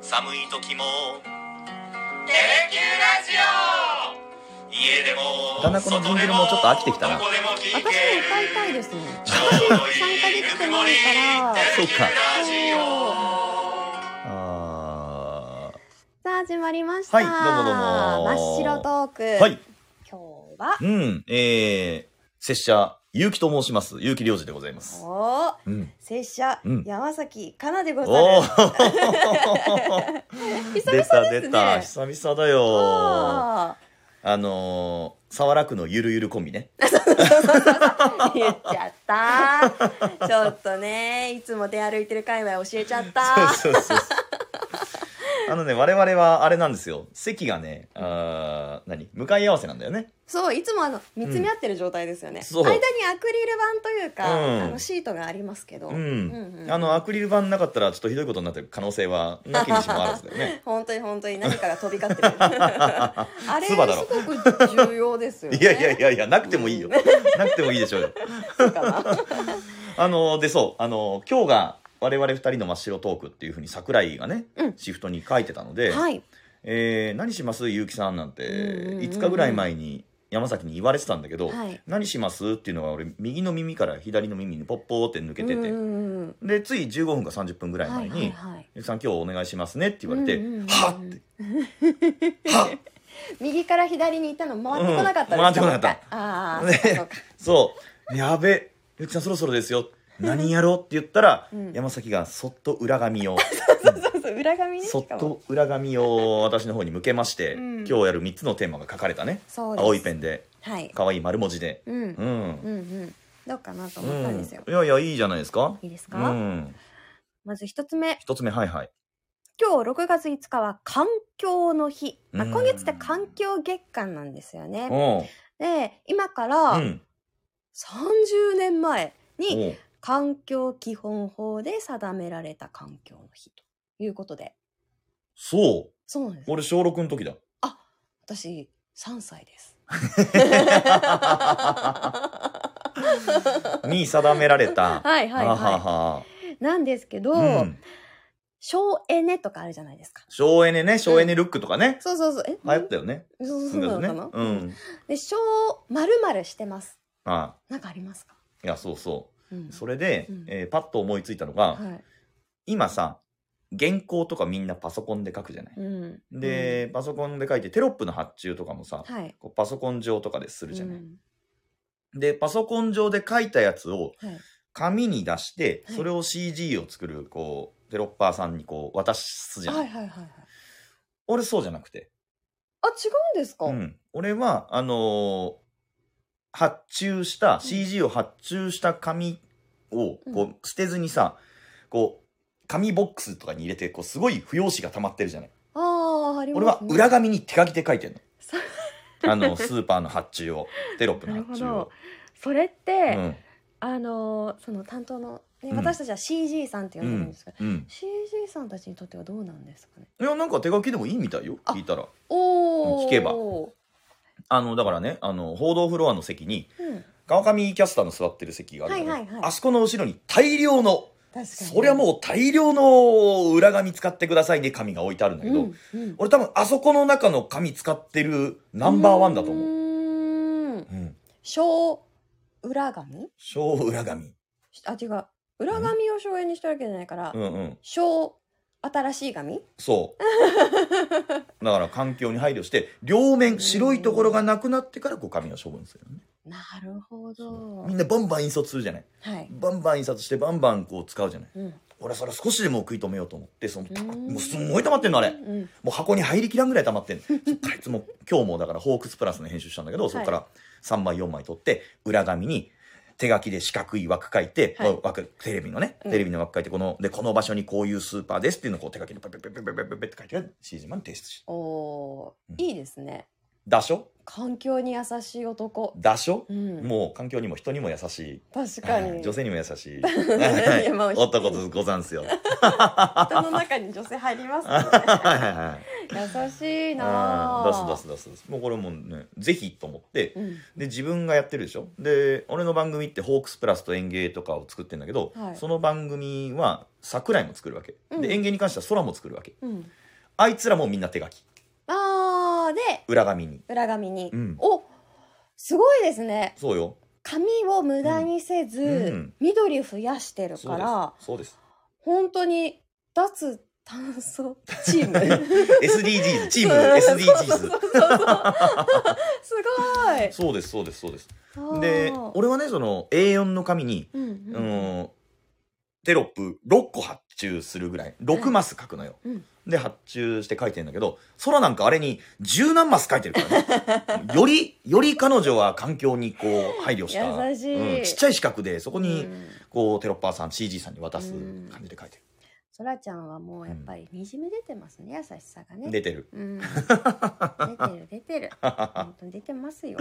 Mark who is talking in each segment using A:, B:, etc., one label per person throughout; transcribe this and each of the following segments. A: 寒い時も
B: テレキュラジオ
A: 家でも
C: だんだんこのジングルもちょっと飽きてきたな
A: どこでも聞
B: 私
A: け
B: も
A: る
B: 歌いたいですね
A: ちょうどい
B: 参加で
A: い
B: き
A: ぬ
B: て
A: く
B: な
A: も
B: い
A: り
B: か
C: そ
B: ら
C: う
A: テ
C: か
A: レキュラジオ
C: あ
B: さあ始まりました、
C: はいどうもどうも
B: 真っ白トーク、
C: ーはい。
B: 今日は
C: うん。えー、拙者、結城と申します。結城良二でございます。
B: おー
C: うん。
B: 拙者、
C: うん
B: 山崎かなでござい
C: お
B: ます
C: ー
B: 久
C: 出
B: 々です
C: た
B: ね
C: 出た。久々だ
B: お
C: よ。
B: ー
C: あのー、沢楽のゆるゆるコンビね。
B: 言っちゃったちょっとねいつも出歩いてる界隈教えちゃった
C: そうそうそうそう。あのね、我々はあれなんですよ。席がね、あー何向かい合わせなんだよね。
B: そういつもあの見つめ合ってる状態ですよね、
C: そう
B: 間にアクリル板というか、
C: うん
B: あのシートがありますけど、
C: うん。
B: うんうん
C: あの、アクリル板なかったら、ちょっとひどいことになってる可能性は、なきにしもあらずだよね。
B: 本当に本当に何かが飛び交っ てるあれす
C: 唾だろ
B: ごく重要ですよ ね
C: いやいやいやいや、なくてもいいよ。 なくてもいいでしょうよ。
B: そうかな
C: あの、で、そう、あの、今日が、我々二人の真っ白トークっていうふうに桜井がね、
B: うん
C: シフトに書いてたので、
B: はい
C: えー何します結城さんなんて、
B: うんうんうん
C: 5日ぐらい前に山崎に言われてたんだけど、
B: はい
C: 何しますっていうのが俺、右の耳から左の耳にポッポーって抜けてて、
B: うんうんうん
C: で、つい15分か30分ぐらい
B: は
C: 前
B: い
C: に、
B: はいはい
C: 結城さん今日お願いしますねって言われて、
B: うんうんうん
C: はっって。
B: 右から左に行ったの回ってこなかった
C: うん回ってこなかった
B: たああ、
C: ね
B: そうか
C: そう。やべ、ゆきさんそろそろですよ。何やろうって言ったら、
B: うん
C: 山崎がそっと裏紙 を、
B: そうかそうそう裏紙ね
C: そっ
B: しかも
C: と裏紙を私の方に向けまして、
B: うん
C: 今日やる3つのテーマが書かれたね。
B: そうです
C: 青いペンで、
B: はい
C: 可愛い丸文字で。
B: うん、
C: う
B: うん
C: ん。
B: うんどうかなと
C: う
B: 思ったん
C: ん
B: ですよ、
C: いやいや、いいじゃないですか。
B: いいですか
C: うん。
B: まず一つ目
C: 一つ目、はいはい。
B: 今日6月5日は環境の日、まあ、
C: うん
B: 今月って環境月間なんですよね、
C: おう
B: で今から
C: うん。
B: 30年前に
C: おう
B: 環境基本法で定められた環境の日ということで
C: そう。
B: そうなんです
C: 俺、小6の時だ。
B: 私3歳です
C: に定められた。
B: はいはい
C: あは
B: は
C: は。
B: いなんですけど、
C: うん。
B: 省エネとかあるじゃないですか
C: 省エネね、省エネルックとかね。
B: そうそうそうえ
C: 流行ったよね。
B: そうそう
C: 進ん
B: そう
C: だ
B: な
C: よ
B: の
C: ね。
B: か
C: う
B: な、
C: ん。
B: で省まるまるしてます
C: あ
B: なんかありますか、
C: いや、そうそうう。
B: ん
C: それで、
B: うん
C: えーパッと思いついたのが、
B: はい
C: 今さ、原稿とかみんなパソコンで書くじゃない。
B: うん、
C: で、パソコンで書いて、テロップの発注とかもさ、
B: うん、はい
C: こうパソコン上とかでするじゃない。
B: うん
C: で、パソコン上で書いたやつを
B: はい
C: 紙に出して、
B: はい
C: それを CG を作る、こう、テロッパーさんにこう渡すじゃない。
B: はいはいはいはい。
C: 俺そうじゃなくて。
B: あ、違うんですか。
C: うん。俺は、あのー発注した、CG を発注した紙を、
B: う
C: こう、捨てずにさ、こう、紙ボックスとかに入れて、こう、すごい不用紙が溜まってるじゃない。
B: ああ、あります、
C: 俺
B: ね。
C: は裏紙に手書きで書いてん の。
B: そ。
C: あの、スーパーの発注を、テロップ
B: な
C: の
B: る
C: 発
B: ほ
C: 注を
B: ど。。それって、
C: うん。
B: あのーその担当の、ね、
C: うん
B: 私たちは CG さんって呼んでるんですけど、
C: うん。
B: CG さんたちにとってはどうなんですかね。
C: いや、なんか手書きでもいいみたいよ。
B: あ
C: 聞いたら。
B: おお。
C: 聞けば
B: うん。
C: あの、だからね、あの、報道フロアの席に、川上キャスターの座ってる席があるじゃな
B: はいはいはい
C: あそこの後ろに大量の
B: 確かに。
C: そりゃもう大量の裏紙使ってくださいね紙が置いてあるんだけど、
B: うんうん
C: 俺多分あそこの中の紙使ってるナンバーワンだと思う。
B: うーん。
C: うん。
B: 小裏紙？
C: 小裏紙。
B: あ、違う。裏紙を省エネしてるわけじゃないから、
C: うんうん。
B: 小新しい紙？
C: そう。だから環境に配慮して、両面白いところがなくなってからこう紙を処分するよね。
B: なるほど
C: み。んなバンバン印刷するじゃない。
B: はい。
C: バンバン印刷してバンバンこう使うじゃない。
B: うん。
C: 俺はそれ少しでも食い止めようと思って、そのた、
B: うん
C: もうすんごい溜まってんのあれ。
B: うん。
C: もう箱に入りきらんぐらい溜まってんのそっからいつも今日もだからホークスプラスの編集したんだけど、そっから3枚4枚取って裏紙に手書きで四角い枠書いて、
B: はい
C: まあ枠テレビのね、
B: うん
C: テレビの枠書いてこのでこの場所にこういうスーパーですっていうのをこう手書きでペペペペペペペペって書いて CG マンに提出し
B: おおー、
C: うん
B: いいですね。
C: だしょ
B: 環境に優しい男。
C: だしょ、
B: うん、
C: もう環境にも人にも優しい
B: 確かに。
C: 女性にも優しい
B: いやまあ
C: はい男とござんすよ
B: 人の中に女性入ります、
C: はいはいはい
B: ね。 優しいな
C: うん
B: あ。
C: 出す出す出すもうこれもうねぜひと思って
B: うん。
C: で自分がやってるでしょで俺の番組ってホークスプラスと園芸とかを作ってんだけど、
B: はい
C: その番組は桜井も作るわけ、
B: うん
C: で園芸に関しては空も作るわけ
B: うん。
C: あいつらもみんな手書き
B: あーで
C: 裏紙に
B: 裏紙に、
C: うん
B: おすごいですね
C: そうよ
B: 紙を無駄にせず、
C: うん
B: 緑増やしてる
C: そ
B: か
C: うで
B: ら
C: すそうです
B: 本当に脱炭素チー ム
C: SDGs チーム
B: そうそう
C: SDGs
B: そうそうすごい
C: そうですそうですそうです
B: あー
C: で俺はねその A4 の紙に
B: うん
C: う
B: うん
C: ーんテロップ6個発注するぐらい6マス書くのよ、
B: うん
C: で発注して書いてんだけど空なんかあれに十何マス書いてるからね よりより彼女は環境にこう配慮した
B: 優しい
C: うんちっちゃい四角でそこ
B: う
C: に
B: ん
C: こうテロッパーさん CG さんに渡す感じで書いて
B: そらちゃんはもうやっぱりにじみ出てますね優しさが
C: る、
B: ね
C: 出てる
B: うん出てる出てる本当に出てま すよ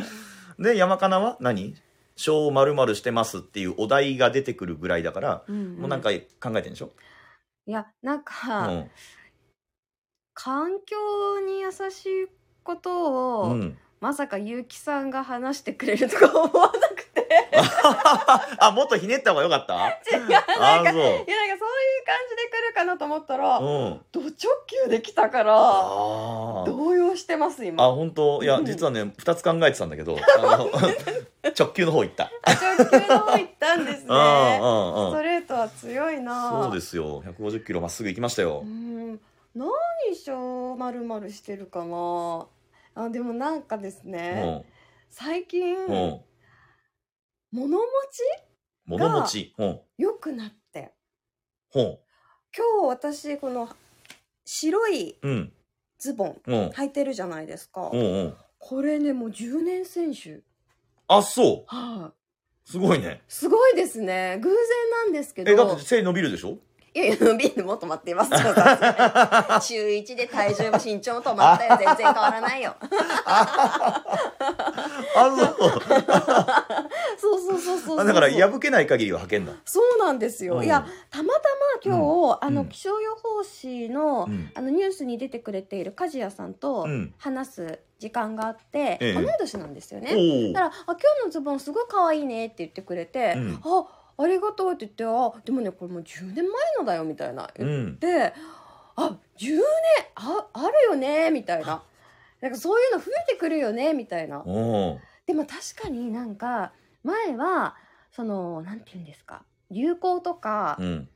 C: で山かなは何小まるしてますっていうお題が出てくるぐらいだから、も
B: も
C: うなんか考えてるんでしょ、
B: いやなん
C: う
B: か、
C: ん
B: 環境に優しいことを、
C: うん、
B: まさか結城さんが話してくれるとか思わなく ていやなんか
C: あもっとひねった方がよかった
B: 違うなん
C: ああ
B: そういう感じで来るかなと思った ら、
C: そううん
B: ド直球できたから
C: あー
B: 動揺してます今
C: あ本当いや
B: うん
C: 実はね2つ考えてたんだけ どあの 直球の方行った
B: あ直球の方行ったんですね
C: うんうんうん
B: ストレートは強いな
C: そうですよ150キロまっすぐ行きましたよ
B: う、ん何小まるまるしてるかなあでもなんかです
C: う
B: ね、
C: ん
B: 最近、
C: うん、
B: 物持
C: 物持ちうん
B: ち良くなって
C: うん
B: 今日私この白い
C: うん
B: ズボン
C: うん
B: 履いてるじゃないですか、
C: うんうん
B: これねもう10年選手
C: あそ
B: はいう
C: すごいね
B: すごいですね偶然なんですけ
C: えだっ
B: ど
C: て背伸びるでしょ
B: いやいやビールも止まっていますちょっと待 って中1で体重も身長も止まったよ全然変わ らないよ
C: あ そう
B: そうそうそうそうそう
C: あだから破けない限りは履けんだ
B: そうなんですよ、
C: うん
B: いやたまたま今日、あ
C: う
B: の
C: ん
B: 気象予報士の,、
C: うん
B: あのニュースに出てくれている梶谷さんと
C: うん
B: 話す時間があって、
C: ええ
B: 同い年なんですよね、
C: おお
B: だから「あ今日のズボンすごい可愛いね」って言ってくれて「
C: うん
B: あありがとう」って言って「あでもねこれもう10年前のだよ」みたいな
C: う
B: 言っ
C: ん
B: て「あ10年ああるよね」みたいな。なんかそういうの増えてくるよねみたいな
C: おー
B: でも確かになんか前はそのなんて言うんですか流行とか、
C: うん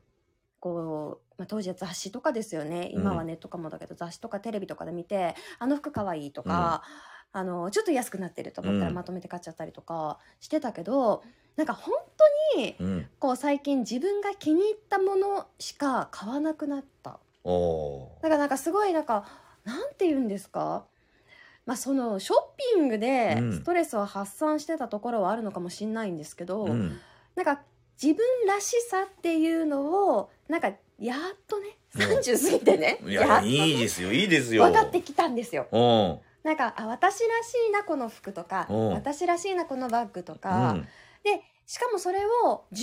B: こう、まあ、当時は雑誌とかですよね
C: うん
B: 今はネットかもだけど、雑誌とかテレビとかで見てあの服かわいいとか、あのちょっと安くなってると思った
C: う
B: ら
C: ん
B: まとめて買っちゃったりとかしてたけど、なんか本当に
C: うん
B: こう最近自分が気に入ったものしか買わなくなった。
C: おお
B: だからなんかすごいなんかなんて言うんですかまあそのショッピングで
C: うん
B: ストレスを発散してたところはあるのかもしれないんですけど、
C: ーうん
B: なんか自分らしさっていうのをなんかやっとね
C: うん
B: 30過ぎてね
C: い
B: や
C: や
B: っと
C: いいですよいいですよ
B: 分かってきたんですよ
C: うん
B: なんかあ私らしいなこの服とか
C: うん
B: 私らしいなこのバッグと
C: う
B: か、
C: ん
B: しかもそれを10年以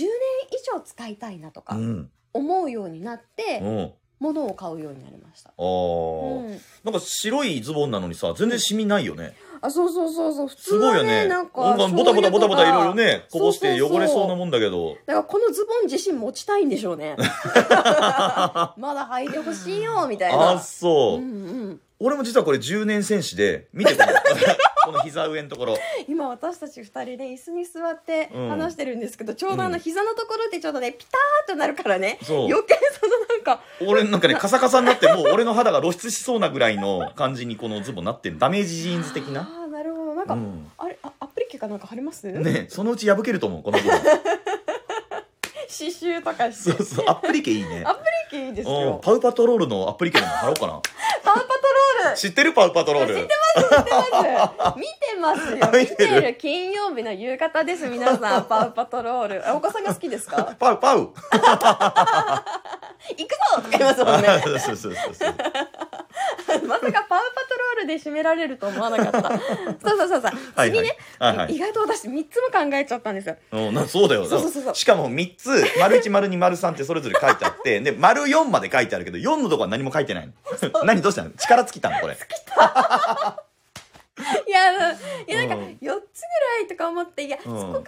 B: 上使いたいなと
C: う
B: か
C: ん
B: 思うようになって、
C: うん
B: 物を買うようになりました、
C: あー
B: うん
C: なんか白いズボンなのにさ全然シミないよね。
B: あそうそうそうそう普通
C: すごい
B: は
C: よ
B: ね
C: ね。
B: なんか
C: なんかボタボタボタボタいろいろ
B: だか
C: ねこぼし
B: そう
C: て
B: そうそう
C: 汚れそうなもんだけど。
B: らこのズボン自身持ちたいんでしょう ね まだ履いてほしいよみたいな
C: あそうう。
B: んうん、
C: 俺も実はこれ10年戦士で見てこ のこの膝上のところ。
B: 今私たち2人で椅子に座って
C: うん
B: 話してるんですけど、ちょうどあ
C: う
B: の
C: ん
B: 膝のところでちょっとねピターっとなるからね
C: そう
B: 余計そのなんか
C: 俺なんかねカサカサになってもう俺の肌が露出しそうなぐらいの感じにこのズボンなってるダメージジーンズ的な。
B: ああなるほどなん
C: う
B: か、
C: ん。
B: あれあアプリケかなんか貼ります、
C: ねそのうち破けると思うこのズ ボン。
B: 刺繍とかし
C: そ
B: てア
C: うそうアプリケいいね。
B: アプリケいいです
C: うん
B: よ
C: パウパトロールのアプリケでも貼ろうかな。
B: パウパトロール
C: 知ってるパウパトロール。
B: まず見てますよ
C: あ 見
B: 見
C: てる
B: てる金曜日の夕方です皆さ んパウパトロールあお子さんが好きですか
C: パウパウ。
B: 行くぞとか言いますもんね
C: そうそうそうそう。
B: まさかパウパトロールで締められると思わなかったそうそうそうそう
C: はい
B: 次
C: はい
B: ね、
C: はいはい
B: 意外と私3つも考えちゃったんですよ
C: うん、なそうだよ
B: そうそうそうそう
C: しかも3つ丸1丸2丸3ってそれぞれ書いてあってで丸4まで書いてあるけど4のとこは何も書いてないの何どうしたの力尽きたのこれ
B: いいやあのいやなんか
C: うん
B: 4つぐらいとか思っていや、
C: うん
B: そこからね1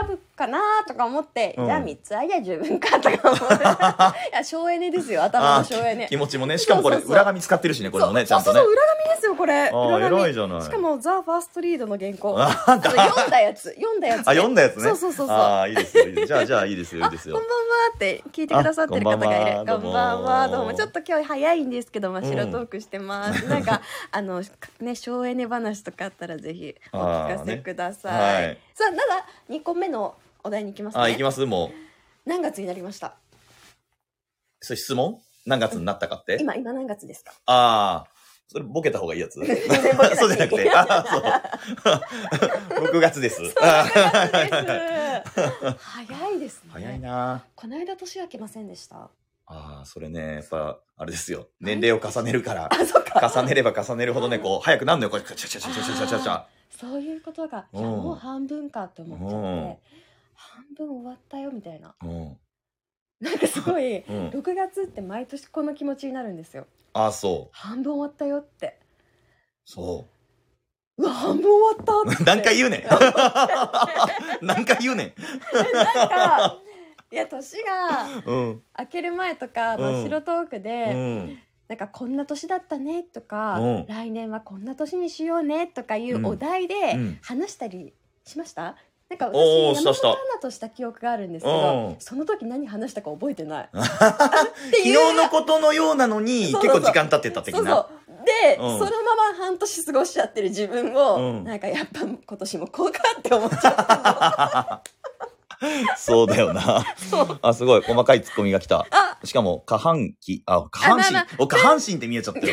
B: 個選ぶかなとか思って、
C: うん
B: じゃあ3つありゃ十分かとか思って いや省エネですよ頭の省エネ
C: 気持ちもねしかもこれ
B: そうそうそう
C: 裏紙使ってるしねこれもねち
B: そ
C: ゃ
B: うん
C: と
B: そ
C: ね
B: うそう裏紙ですよこれ
C: ああ
B: 裏紙
C: 偉いじゃない
B: しかも「ザ・ファーストリードの原稿
C: あ
B: あの読んだやつ読んだやつ、
C: あ読んだやつね
B: そうそうそうそう
C: ああいいですよいいですじゃあじゃあいいです よいいです
B: こん
C: よ
B: ばんはって聞いてくださってる方がいる
C: あ。こ
B: こ
C: んば
B: んば
C: んは
B: んは、
C: ど
B: ど
C: う
B: う
C: も
B: も。ちょっと今日早いんですけど、真っ
C: う
B: 白
C: ん
B: トークしてます。なんか、あの、ね、省エネ話とかあったら、ぜひお聞かせくださ
C: あー
B: い。
C: ねはい
B: さあ、ただ、二個目のお題に行きます
C: あ行き
B: ね。
C: ますもう
B: 何月になりました。
C: それ質問何月になったかって
B: 今、今何月ですか。
C: ああそれボケた方がいい やつ
B: 然ボケなくていい
C: そうじゃなくてあーそう 6月ですあー
B: 早いですね。
C: 早い。な
B: この間年明けませんでした。
C: ああそれねやっぱあれですよ年齢を重ねるから
B: あ、そっか。
C: 重ねれば重ねるほどねこう早くなんのよこれチャチャチャチャチャチャチャチャ
B: そういうことが、いや、
C: うん
B: もう半分かって思っち
C: う
B: ゃっ
C: ん
B: て。半分終わったよみたいな。
C: うん
B: なんかすごい。
C: うん
B: 6月って毎年この気持ちになるんですよ
C: ああそう
B: 半分終わったよって
C: そう
B: うわ半分終わったって
C: 何回言うねん何回言うね
B: なんかいや年が
C: んうん
B: 明ける前とか
C: うん
B: 真っ白トーク
C: う
B: で、
C: ん
B: なんかこんな年だったねとか、
C: うん
B: 来年はこんな年にしようねとかいううんお題で
C: うん
B: 話したりしました、なんか
C: おー
B: 私
C: し
B: 山
C: たした
B: 本アナとした記憶があるんですけ
C: う
B: ど
C: ん
B: その時何話したか覚え てないって
C: 昨
B: い
C: 日
B: う
C: のことのようなのに
B: そう
C: 結
B: そうそ
C: 構
B: う
C: 時間経ってた的
B: そうそ
C: な
B: うで、
C: うん
B: そのまま半年過ごしちゃってる自分を、
C: うん
B: なんかやっぱ今年もこうかって思っちゃう
C: そうだよな あすごい細かいツッコミが来た
B: あ
C: しかも下半期あ下半
B: あまあ
C: 身お下半身って見えちゃったよ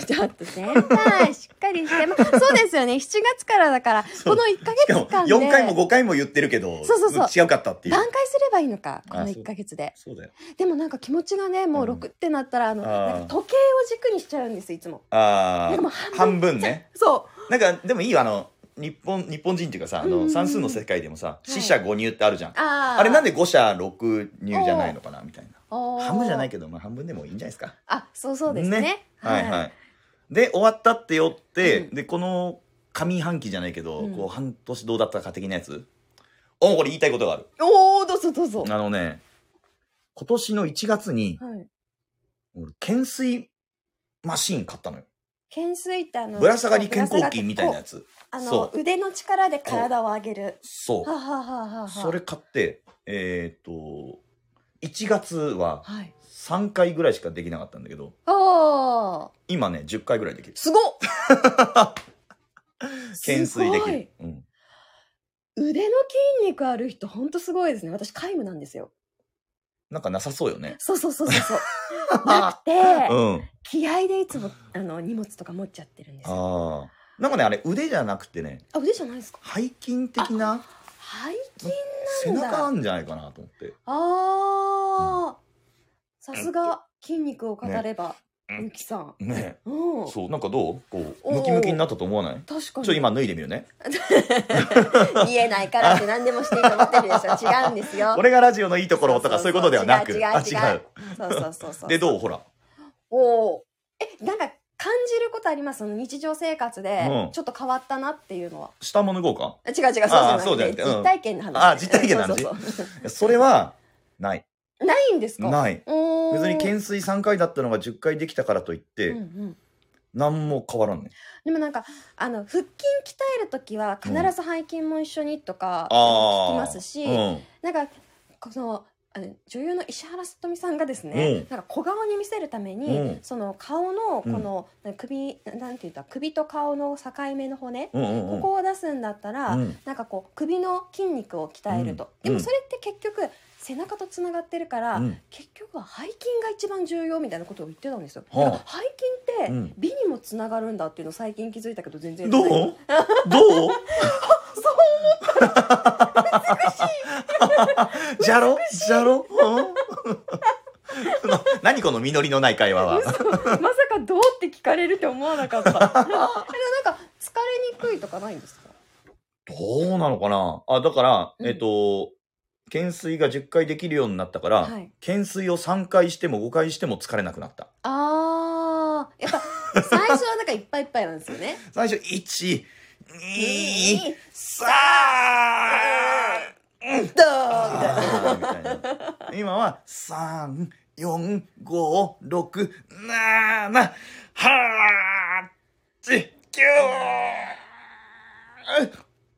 B: ちょっと先 輩しっかりして、まあ、そうですよね7月からだからこの1か
C: しかも
B: 月間で
C: 4回も5回も言ってるけど
B: そうそうそう
C: 違うかったっていう
B: 挽回すればいいのか
C: あ
B: この1か月で
C: そうだよ
B: でもなんか気持ちがねもう
C: うん
B: 6ってなったらあの
C: あー
B: なんか時計を軸にしちゃうんですいつも
C: あ
B: で
C: あ
B: も
C: 半分ね
B: そ
C: なんかでもいいよあの日本日本人っていうかさあ
B: うんうんう
C: の
B: ん
C: 算数の世界でもさ四捨五入ってあるじゃん
B: うあ
C: あれなん
B: で
C: で五捨六入じゃないのかなみたいな半分じゃない
B: け
C: け
B: ど
C: ど、まあ、半分でもいいんじゃないですか
B: あそうそうですね
C: ねはいはいで終わったってよって、
B: うん
C: でこの上半期じゃないけど、
B: うん
C: こう半年どうだったか的なやつおこれ言いたいことがある
B: おおどうぞどうぞ
C: あのね今年の1月に
B: はい
C: 俺懸垂マシーン買ったのよ
B: 懸垂ってあの
C: ぶら下がり肩甲筋みたいなやつ
B: あ
C: そ
B: の腕の力で体を上げる。
C: そ
B: はあはあはあはあは
C: う
B: あ
C: それ買ってえーっと1月は
B: はい。
C: 3回ぐらいしかできなかったんだけど
B: おー
C: 今ね10回ぐらいできる
B: すごっ。
C: 懸垂でき
B: すご
C: る
B: い、
C: うん、
B: 腕の筋肉ある人本当すごいですね。私皆無なんですよ。
C: なんかなさそうよね
B: そうそうそうそ うそう。なくて、
C: うん
B: 気合でいつもあの荷物とか持っちゃってるんですよ。
C: ああなんかねあれ腕じゃなくてね
B: あ腕じゃないですか。
C: 背筋的な
B: 背筋。
C: 背
B: なんだ
C: 中あんじゃないかなと思って
B: ああ。さすが筋肉を語れば、
C: ね
B: ゆきさん。
C: ね
B: うん。
C: そうなんかどうこう
B: おー
C: ムキムキになったと思わないち
B: 確か
C: ょっ
B: に。
C: と今脱いでみるね
B: 見えないからって何でもしていいと思ってるでしょ違うんで すよ
C: これがラジオのいいところとかそういうことではなく
B: 違う違う
C: あ
B: 違うそうそうそうそう
C: でどうほら
B: おおえなんか感じることありますその日常生活
C: う
B: で
C: ん
B: ちょっと変わったなっていうのは、
C: 下も脱ごうか
B: あ違う違うそうじ
C: あ
B: ゃ
C: ー
B: な
C: そう
B: く
C: じゃなくて
B: て
C: うん
B: 実体験の話、
C: あー実体験の話
B: そうそうそう
C: いやそれはない
B: ないんですか
C: ない
B: おー
C: 別に懸垂3回だったのが10回できたからといって、
B: うんうん
C: 何も変わらんね
B: でもなんかあの腹筋鍛える時は必ず背筋も一緒にとか
C: あー
B: 聞きますし、
C: うん
B: なんかこのあの女優の石原さとみさんがですね、
C: うん
B: なんか小顔に見せるために、
C: うん
B: その顔のこの、首なんていうんだ首と顔の境目の骨、
C: うんうんうん
B: ここを出すんだったら、
C: うん
B: なんかこう首の筋肉を鍛えると、
C: うん
B: でもそれって結局背中とつながってるから、
C: うん
B: 結局は背筋が一番重要みたいなことを言ってたんですよ、
C: はあ
B: だから背
C: う
B: 筋って
C: ん
B: 美にもつながるんだっていうのを最近気づいたけど全然
C: ど う
B: な
C: ど
B: いう
C: そう思った美しいじゃろじゃろ うんな何この実りのない会話は
B: 嘘まさかどうって聞かれるって思わな かったえでもなんか疲れにくいとかないんですか
C: どうなのかなあだから、
B: うん
C: えっと懸垂が10回できるようになったから、
B: はい
C: 懸垂を3回しても5回しても疲れなくなった
B: あーやっぱ最初はなんかいっぱいいっぱいなんですよね。
C: 最初、1、2、3!
B: ドーンみたいな。
C: みたいな今は3、4、5、6、7、8、9、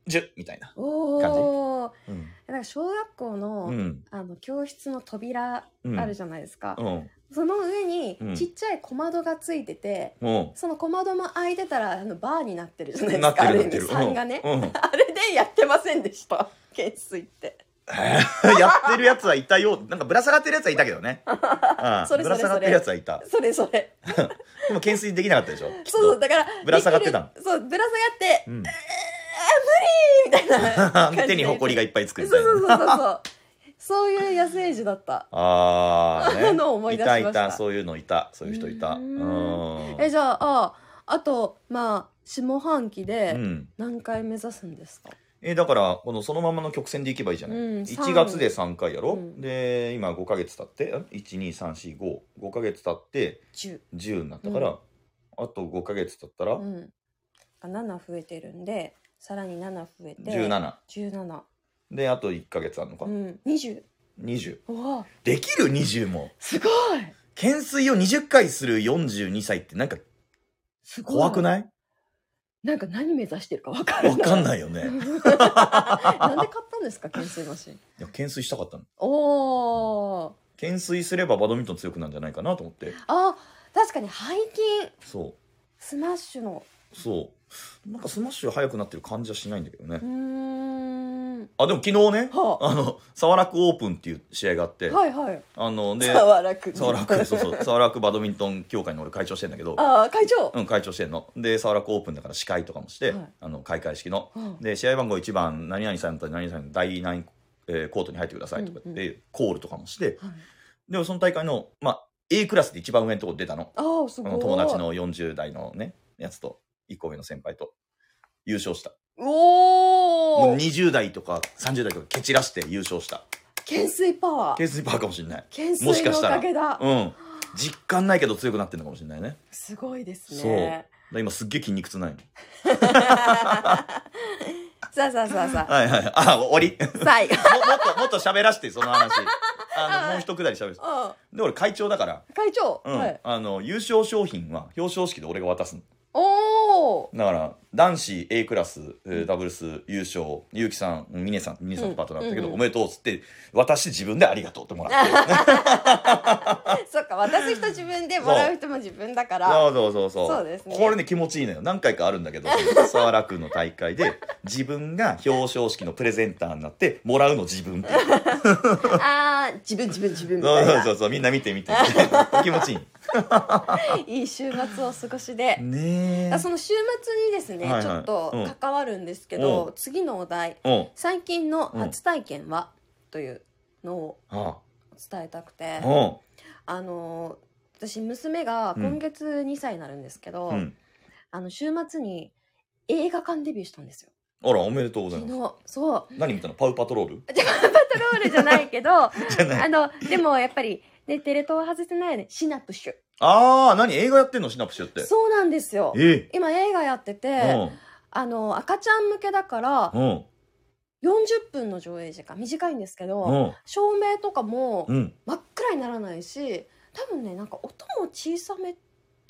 C: 10みたいな。
B: おー。
C: うん。
B: なんか小学校の、
C: うん。
B: あの教室の扉あるじゃないですか。
C: うん。
B: その上に
C: うん
B: ちっちゃい小窓がついてて、
C: も
B: その小窓も開いてたらあのバーになってるじ
C: う
B: ゃない
C: ん。
B: で
C: な
B: す
C: っ
B: か。
C: て
B: あ
C: るな
B: れ
C: って
B: ね
C: る。
B: 3がね、
C: うん。うん
B: あれでやってませんでした。懸垂って。
C: えーやってるやつはいたようなんかぶら下がってるやつはいたけど ね、うん
B: それ
C: ぶ
B: それ
C: ら下がってるやつはいた
B: それそれ。
C: でも懸垂できなかったでしょきっと
B: そうそうだから
C: ぶら下がってたの
B: できるそうぶら下がって、
C: うん
B: みたいな感じ で。
C: 手にほこりがいっぱいつく
B: そう
C: みたいな
B: そうそうそうそう。そういう野生児だった。
C: あ あ、ね、
B: のを思い出しました
C: いたいたそういうのいたそういう人いた
B: う
C: う
B: ー
C: ん
B: えじゃあああとまあ下半期
C: う
B: で
C: ん
B: 何回目指すんですか。
C: えだからこのそのままの曲線でいけばいいじゃない、
B: うん
C: 1月で3回やろ、
B: うん
C: で今5ヶ月経って12345ヶ月経って
B: 十。
C: 10になったから、
B: う
C: あと5ヶ月経ったら
B: うん。七増えてるんでさらに七増えて。
C: 17
B: 十七。
C: であと1ヶ月あるのか、
B: うん。二十。
C: 20
B: うわ
C: できる20も
B: すごい。
C: 懸垂を20回する42歳ってなんか
B: すごい。
C: 怖く
B: い。
C: ない
B: なんか何目指してるかわかる。
C: わかん
B: い。
C: ないよ ね
B: なんで買ったんですか懸垂マシン。
C: いや懸垂したかったの
B: おお。
C: 懸垂すればバドミントン強くなるんじゃないかなと思って
B: あ確かに背筋
C: そ
B: スマッシュの。
C: うそうなんかスマッシュ速くなってる感じはしないんだけどね、
B: うーん。
C: あでも昨日ね
B: は
C: あの早楽オープンっていう試合があって、
B: あ。はいはい。
C: あので
B: さわらく。
C: 早楽そうそう早楽バドミントン協会の俺会長してんだけど
B: ああ、会長。
C: うん会長してんので早楽オープンだから司会とかもして、
B: はい
C: あの開会式の
B: うん
C: で試合番号1番何々さんと何々さんの第何、えーコートに入ってくださいとか言って、コールとかもして
B: はい
C: でもその大会の、まあ、A クラスで一番上のとこ出たの
B: ああ、す
C: あ
B: ご
C: の
B: い。
C: 友達。の40代のねやつと1個上の先輩と優勝した
B: お
C: もう
B: お。
C: 20代とか30代とか蹴散らして優勝した
B: 懸垂パワー。
C: ケースリーパーかもしれない
B: 懸
C: も
B: 垂
C: しか
B: の
C: し
B: お
C: たら
B: かげだ。
C: うん実感ないけど強くなってるのかもしれないね
B: すごいです
C: そう
B: ね。
C: だから今すっげえ筋肉痛ないの
B: さあさあさあさ
C: はいはいあ終わり
B: あ。さい。う
C: ももっともっと喋らせてその話あのもう一くだり喋らせて
B: ん。
C: で俺会長だから
B: 会長。
C: うん、
B: はい。
C: あの優勝商品は表彰式で俺が渡すの
B: おお。
C: だから男子 A クラス、えーダブルス優勝結城さん峰さん峰さんとパートナーだったけど、
B: うんう
C: お
B: ん
C: めでとうっつって私自分でありがとうってもらって
B: そっか、渡す人自分で、もらう人も自分だから。
C: そうそうそうそう
B: そうですね
C: これね気持ちいいのよ何回かあるんだけど沢楽の大会で 自分が表彰式のプレゼンターになってもらうの自分っていう
B: ああ、自分自分自分み
C: そ
B: た
C: う
B: い
C: そう
B: な
C: そうそうみんな見て 見て気持ちいい
B: いい週末をお過ごしで。
C: ねえ
B: あその週末にですね、
C: はいはい
B: ちょっと
C: うん
B: 関わるんですけ
C: う
B: ど、次のお題。
C: うん
B: 最近の初体験は、というのを
C: あ
B: 伝えたくて
C: あ、うん
B: あのー私娘が今月2歳になるんですけど、
C: うん
B: あの週末に映画館デビューしたんですよ
C: あらおめでとうござい
B: 昨
C: ます
B: 日そう
C: 何見たのパウパトロール
B: じゃあパトロールじゃないけどあ
C: じゃない
B: のでもやっぱり、ね、テレ東外せないよねシナプシュ
C: ああ何映画やってんのシナプシュって
B: そうなんですよ
C: え
B: 今映画やってて、あの赤ちゃん向けだから
C: うんうん
B: 40分の上映時間短いんですけど、
C: うん
B: 照明とかも
C: うん
B: 真っ暗にならないし多分ねなんか音も小さめって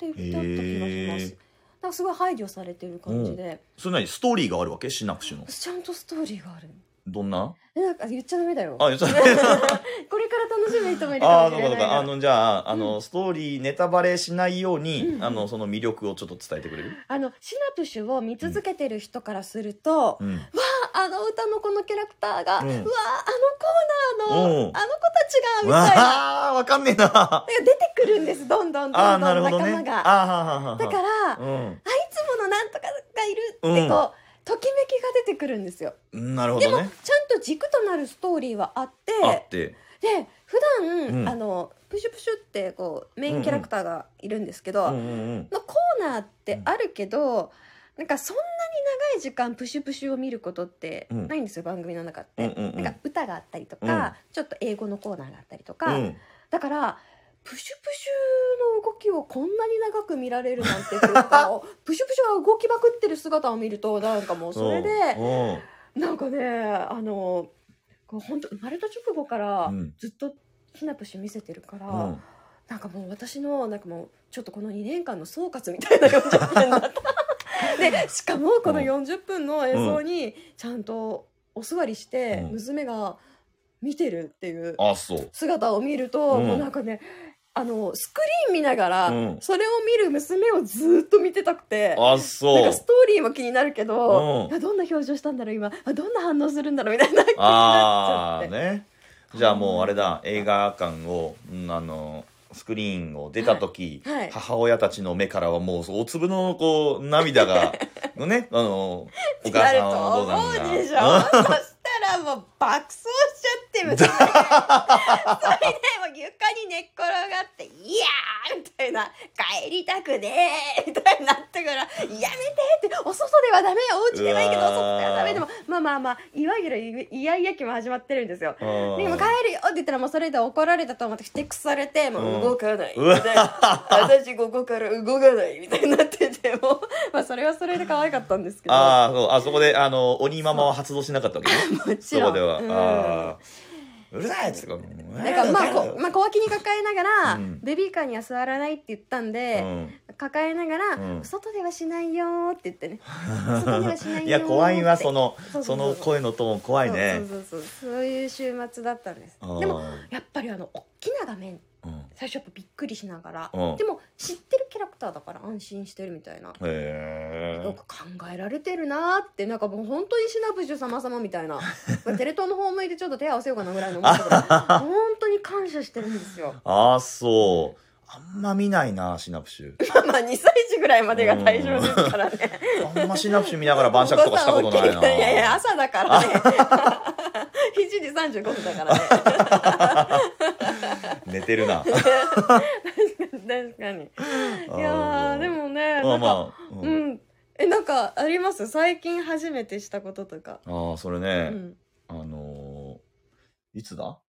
B: 言ってあった気がしま
C: へ
B: す
C: ー
B: なんかすごい配慮されてる感じで、
C: それ何ストーリーがあるわけシナプシュの
B: ちゃんとストーリーがある
C: どんな
B: えなんか言っちゃダメだよこ
C: あそう
B: れから楽しむ人もいる
C: あ
B: か
C: あ
B: も
C: そ
B: し
C: うかそ
B: れな
C: うか
B: い
C: あ
B: から
C: のじゃああ
B: う
C: のストーリーネタバレしないよう
B: うん
C: に
B: うん
C: あのその魅力をちょっと伝えてくれる
B: あのシナプシュを見続けてる人からすると、
C: うん
B: ああの歌のこのキャラクターが、
C: う
B: うんわーあのコーナーの、
C: うん
B: あの子たちがみたいななんか
C: わあわかんねえなあ
B: 出てくるんですどんどんどんど
C: あー
B: ん
C: なる
B: 仲
C: ほどね
B: 間が、
C: あーはーはーは
B: だから、あい
C: ら
B: つものなんとかがいるってこう、
C: うん
B: ときめきが出てくるんですよ
C: うんなるほ
B: でも
C: ど
B: ちゃん
C: ね
B: と軸となるストーリーはあって
C: あって
B: で普段、
C: うん
B: あのプシュプシュってこうメインキャラクターがいるんですけど、
C: うんうんうん
B: のコーナーってあるけど、なんかそんなに長い時間プシュプシュを見ることって
C: うん
B: ないんですよ、番組の中って、
C: うんうんうん
B: なんか歌があったりとか、
C: うん
B: ちょっと英語のコーナーがあったりと
C: う
B: か、
C: ん
B: だからプシュプシュの動きをこんなに長く見られるなんてってい うかプシュプシュが動きまくってる姿を見るとなんかもうそれで
C: うんうん
B: なんかねあのこう本当生まれた直後から
C: うん
B: ずっとひなぷし見せてるから、
C: うん
B: なんかもう私のなんかもうちょっとこの2年間の総括みたいな40分 だったでしかもこの
C: うん
B: 40分の映像にちゃんとお座りして
C: うん
B: 娘が見てるっていう
C: あそう
B: 姿を見ると、
C: うん
B: もうなんかねあのスクリーン見ながら、
C: うん
B: それを見る娘をずっと見てたくて。
C: あ
B: なん
C: そ
B: か
C: う
B: ストーリーも気になるけ
C: う
B: ど、
C: ん
B: いやどんな表情したんだろう今あどんな反応するんだろうみたいな気に なっ
C: あ
B: ちゃ
C: あ
B: って、
C: ねじゃあもうあれだ映画館を、うんあのスクリーンを出た時、
B: はいはい
C: 母親たちの目からはもう大粒のこう涙 がねあのお母
B: なる
C: さん
B: と
C: お父さ
B: 思うん
C: が
B: でしょ
C: うん
B: そしたらもう爆走しちゃって娘がそれでもう床に寝っ転がって「いやー!」みたいな「帰りたくねー!」みたいになってから「やめて!」って「お外ではダメよお家ではいいけどお
C: うわー
B: 外ではダメ」でもまあまあまあいわゆるイヤイヤ期も始まってるんですよ。
C: うん
B: でも帰るよって言ったらもうそれで怒られたと思ってふてくされても
C: うん
B: う動かない、
C: うわ
B: で 私ここから動かないみたいになっててもうまあそれはそれで可愛かったんですけど
C: ああそうあそこであの鬼ママは発動しなかったわけね
B: も
C: そ
B: ちろん
C: こでは、
B: う
C: うんあーうるさいっつってこう
B: なんかまあこ、まあ、小脇に抱えながら、
C: うん
B: ベビーカーには座らないって言ったん
C: う
B: で、
C: ん
B: 抱えながら、
C: うん
B: 外ではしないよーって言 ってね外ではしないよーって
C: いや怖いわその
B: そ
C: そう
B: うそそう
C: の声のトーン怖いね
B: そうそうそうそういう週末だったんですでもやっぱりあの大きな画面
C: うんうん
B: 最初やっぱびっくりしながら、
C: うん
B: でも知ってるキャラクターだから安心してるみたいな、
C: へ
B: よ
C: え
B: く考えられてるなーってなんかもう本当にシナプシュ様様 みたいなテレ東の方向いてちょっと手合わせようかなぐらいの思ったけど本当に感謝してるんですよ
C: ああそうあんま見ないなシナプシュ
B: まあ2歳児ぐらいまでが対象ですからね。
C: あんまシナプシュ見ながら 晩酌とかしたことない
B: お父さん起きていやいや、
C: な
B: 朝だからね。7時35分だから ね。
C: 寝てるな
B: 確かに。 いやー、でもね、
C: まあ
B: なんか、
C: まあ、う
B: うんん。え、なんかあります最近初めてしたこととか。
C: ああそれ
B: う
C: ね、
B: ん。
C: あのーいつだ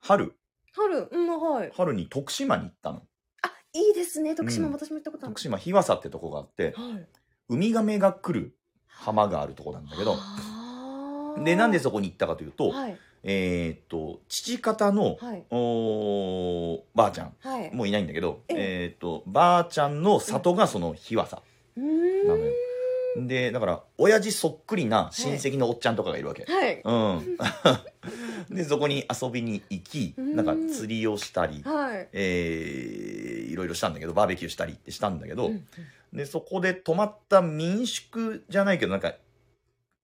C: 春
B: 春、うん、はい。
C: 春に徳島に行ったの
B: あ、いいですね。徳島、
C: うん
B: 私も行ったことある
C: 徳。島日和佐ってとこがあって
B: はい。
C: ウミガメが来る浜があるとこなんだけど
B: あー
C: でなんでそこに行ったかというと、
B: はい。
C: えーっと父方の、
B: はい。
C: おーばあちゃん
B: はい。
C: もういないんだけど、
B: ええ
C: えーっとばあちゃんの里がその日和佐
B: うーん
C: なのよ。でだから親父そっくりな親戚のおっちゃんとかがいるわけ。
B: はい。
C: う ん、でそこに遊びに行き
B: うん
C: なんか釣りをしたり、
B: はい。
C: えーいろいろしたんだけどバーベキューしたりってしたんだけど、
B: うん
C: でそこで泊まった民宿じゃないけどなんか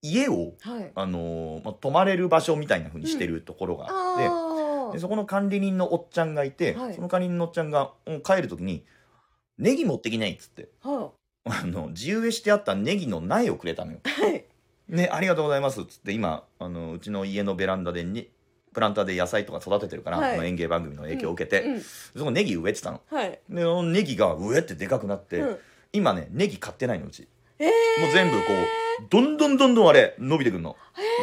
C: 家を、
B: はい。
C: あのーまあ、泊まれる場所みたいな風にしてるところがあって。
B: あ
C: でそこの管理人のおっちゃんがいて、
B: はい
C: その管理人のおっちゃんがうん帰る時に「ネギ持ってきない」っつって
B: あ。は
C: あの地植えしてあったネギの苗をくれたの よ。
B: い。はい。
C: ねありがとうございますっつって今あのうちの家のベランダでにプランターで野菜とか育ててるから、
B: はい
C: この園芸番組の影響を受けて、
B: うん。
C: そこネギ植えてたの。
B: はい。
C: でそのネギがうえってでかくなって、
B: うん
C: 今ねネギ買ってないのうち。
B: えー
C: もう全部こうどんどんどんどんあれ伸びてくるの。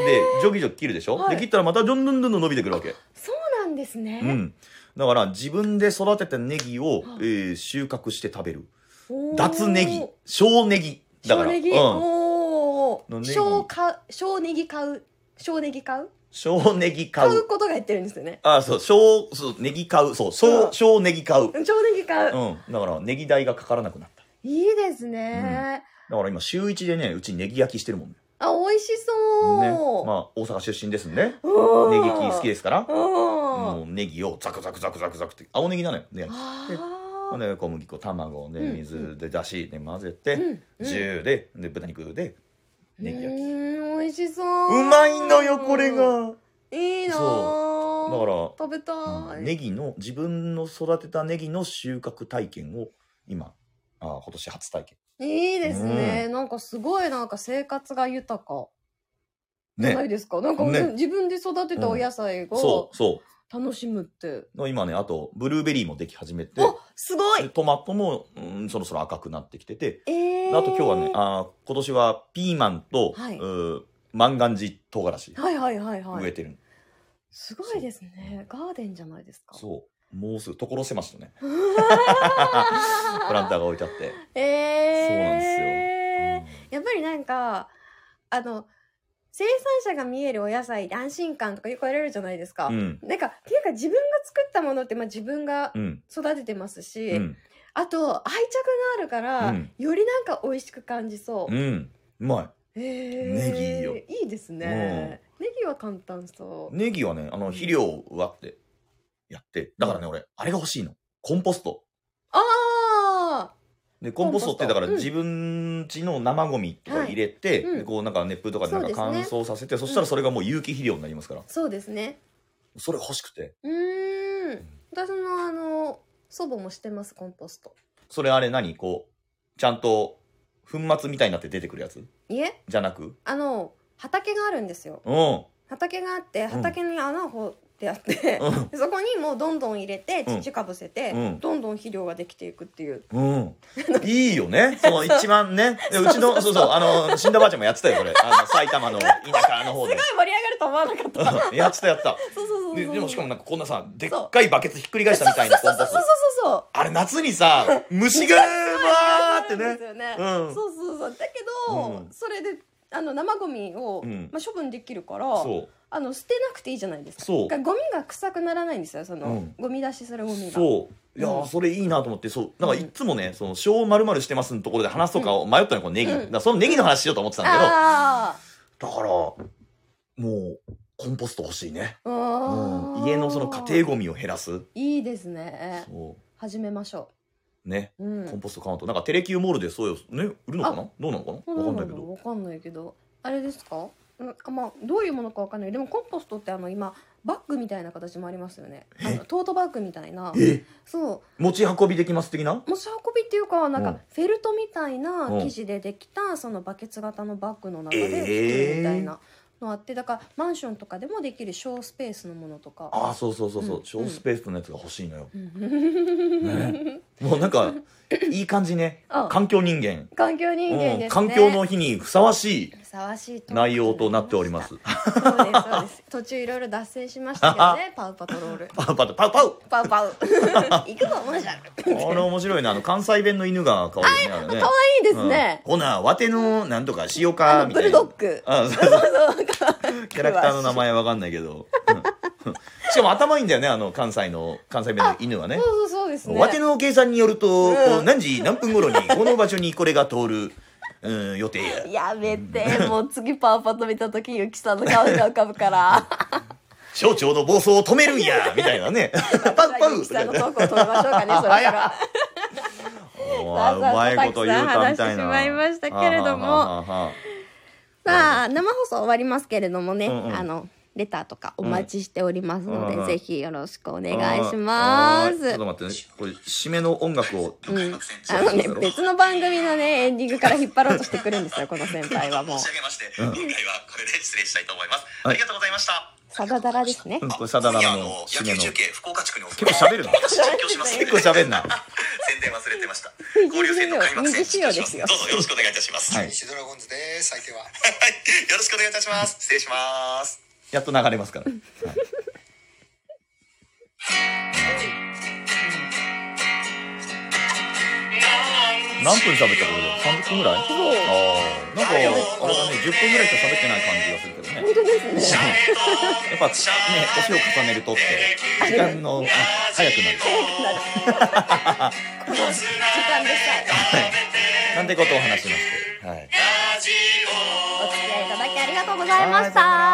C: でジョギジョギ切るでしょ、
B: はい
C: で切ったらまたどんどんどんどん伸びてくるわけ。
B: そうなんですね。
C: うん、だから自分で育てたネギを、
B: は
C: え
B: い
C: ー収穫して食べる
B: おー
C: 脱ネギ小ネギだから
B: 小ネギ、
C: うん、
B: お
C: の
B: ー
C: ネギ
B: 小か小ネギ買う小ネギ買う
C: 小ネギ買
B: 買
C: う
B: うことが言ってるんですよね
C: あそう小そうネギ買うそう小,、
B: うん
C: 小ネギ買う、う
B: 小ネギ買う、
C: ん、だからネギ代がかからなくなった
B: いいですね、
C: だから今週一でねうちネギ焼きしてるもんね
B: あ美味しそう、
C: ねまあ大阪出身ですんでネギ
B: うん
C: 好きですから
B: うん
C: もうネギをザクザクザクザクザクって青ネギなのよね
B: あ
C: で小麦粉卵ね
B: うん
C: 水でだしで混ぜて、
B: ーうんうん
C: ジューでで豚肉でネギ焼き
B: うん美味しそう
C: うまいのよこれが
B: いいな
C: そ
B: ー
C: だから
B: 食べたい、
C: ネギの自分の育てたネギの収穫体験を今あ今年初体験
B: いいですね、なんかすごいなんか生活が豊かじゃない
C: ね
B: ですか、なんか、
C: ね
B: 自分で育てたお野菜が
C: そうそ
B: 楽しむって、
C: うの今ねあとブルーベリーもでき始めて
B: おすご
C: で
B: い
C: トマトも、うん、そろそろ赤くなってきてて、
B: えー、
C: あと今日はねあ今年はピーマンと、
B: はいう
C: ー万願寺唐辛子
B: はいはいはいは
C: 植え
B: い
C: てる、
B: すごいですねガーデンじゃないですか
C: そうもうすぐ所狭しとねプランターが置いてあって、
B: え
C: そうなんですよ
B: え
C: うん
B: やっぱりなんかあの生産者が見えるお野菜安心感とかよく言われるじゃないですか、
C: うん
B: なんかっていうか自分が作ったものって、まあ、自分が
C: うん
B: 育ててますし、
C: うん
B: あと愛着があるから、
C: うん
B: よりなんか美味しく感じそう
C: う、んうまい
B: へー
C: ネギいいよ
B: いいですね、ネギは簡単そう、
C: ネギはねあの肥料を割ってやってだからね、俺あれが欲しいのコンポスト
B: あ
C: でコンポストって
B: コンポスト
C: だから
B: うん
C: 自分家の生ゴミとか入れて、
B: はいうん
C: でこうなんか熱風とかでなんか
B: そう
C: 乾
B: ですね
C: 燥させてそ,、したらそれがもう有機肥料になりますから
B: あそうですね
C: それ欲しくて
B: うーん私のあの祖母もしてますコンポスト
C: それあれ何こうちゃんと粉末みたいになって出てくるやつ
B: いえ
C: じゃなく
B: あの畑があるんですよ
C: うん
B: 畑があって
C: ん
B: 畑に穴を掘ってあって、
C: うん
B: そこにもうどんどん入れて
C: うん
B: 土かぶせて、
C: うん
B: どんどん肥料ができていくっていう
C: うん、いいよね、その一番ね、でうちの、 そうそう、あの、死んだばあちゃんもやってたよ、それ、あの埼玉の田舎の方 で。
B: 盛り上がると思わな かった
C: うんやってた、やってた。
B: そうそうそうそう
C: ででも、しかも、なんか、こんなさ、でっかいバケツひっくり返したみたいなコンポス
B: そうそう
C: ト。
B: そう
C: あれ、夏にさ、虫が、わーって
B: そうな
C: ね
B: んです。よね、
C: うん
B: そうそうそうだけど、
C: うん
B: それであの生ゴミを、
C: うん
B: まあ、処分できるから
C: そ
B: あの捨てなくていいじゃないですか
C: そう
B: だからゴミが臭くならないんですよその、
C: うん
B: ゴミ出しするゴミ
C: う、
B: が
C: そう、いやー、それいいなと思って、そう、なんか、いっつもね、その、小まるまるしてますのところで話すとかを迷ったの、このネギ。
B: うん
C: だからそのネギの話しようと思ってたんだけど、
B: あ
C: だから、もう、コンポスト欲しいね。
B: ー
C: う
B: あー
C: ん、家のその家庭ゴミを減らす。
B: いいですね
C: そ
B: 始めましょ
C: うね。
B: ううん
C: コンポストカウントなんかテレキューモールでそうよね売るのかなどうなのかなわかんないけど
B: わかんないけどあれですかうんあまあどういうものかわかんないでもコンポストってあの今バッグみたいな形もありますよねあのトートバッグみたいな
C: え
B: そう
C: 持ち運びできます的な
B: 持ち運びっていうかなん
C: うん
B: かフェルトみたいな
C: うん
B: 生地でできたそのバケツ型のバッグの中で作るみたいなのあってだからマンションとかでもできる小スペースのものとか
C: ああそうそうそうそう
B: うん
C: 小スペースのやつが欲しいのよ
B: うん
C: もうなんかいい感じね
B: うん
C: 環境人間
B: 環境人間です
C: う
B: ね
C: ん環境の日にふさわしい
B: ふさわしいトークに
C: 内容となっております
B: そうですそうです途中いろいろ脱線しましたけど ねパウパトロール
C: パウパウパウパウ
B: パウパ ウ行くぞマジャル
C: あれ面白いねあの関西弁の犬が可愛いよねあれね
B: 可愛いですね
C: うん、ほなわてのなんとかしよう
B: あ
C: か
B: の
C: み
B: ブ
C: たい
B: ル
C: な
B: ドッグ
C: あそうそうキャラクターの名前わかんないけどうんしかも頭いいんだよねあの関西の関西弁の犬はね
B: そうそうそうですね
C: わての計算によると、
B: うん
C: こう何時何分頃 にこの場所にこれが通る、うん、予定や。
B: やめてもう次パウパト見た時ゆきさんの顔が浮かぶから
C: 省庁の暴走を止めるん やみたいなね。パウパ
B: ゆ
C: ウ
B: き
C: とか
B: さん
C: 言
B: の
C: っ
B: ト
C: て。
B: ークを止めましょうかねそれから
C: お
B: わ
C: ー
B: ざ
C: う
B: わざ
C: まいこと言うたみたいな。
B: たくさん話してしまいましたけれど
C: はあはあ
B: も
C: はあはあ
B: まあ生放送終わりますけれどもね、
C: うんうん
B: あのレターとかお待ちしておりますので、
C: うん
B: ぜひよろしくお願いします、
C: ちょっと待ってね。これ、締めの音楽を。
B: うん、あのね別の番組のねエンディングから引っ張ろうとしてくるんですよこの先輩はもう
A: 申し上げまして、今回はこれで失礼したいと思います。
C: は
A: あ
C: い
A: りがとうございました。
B: さだだらですね
C: うんこれ、
A: 今
C: さだら
A: 夜
C: の
A: の
C: 締
A: 野球
C: めの。
A: 中
C: 結
A: 継福岡地区におけ
C: 構喋るな。
A: 私実況します。
C: 結構喋んな。
A: 宣伝忘れてま した。交流戦の開幕戦
B: 右仕様ですよ
A: どうぞよろしくお願いいたします。
C: は
A: はいい、
D: 西ドラゴンズです相手 は
A: よろしくお願いいたします。失礼します。
C: やっと流れますから。はい何分喋ったこれで ?30 分ぐらいあ
B: そう
C: あなんかあれだね10分ぐらいしか喋ってない感じがするけどね
B: 本当 ですね
C: やっぱね年を重ねるとって時間のあ早くなる
B: 時間でした
C: なんてことを話しましてはい
B: お付き合いいただきありがとうございま
C: はい
B: した、
C: さよなら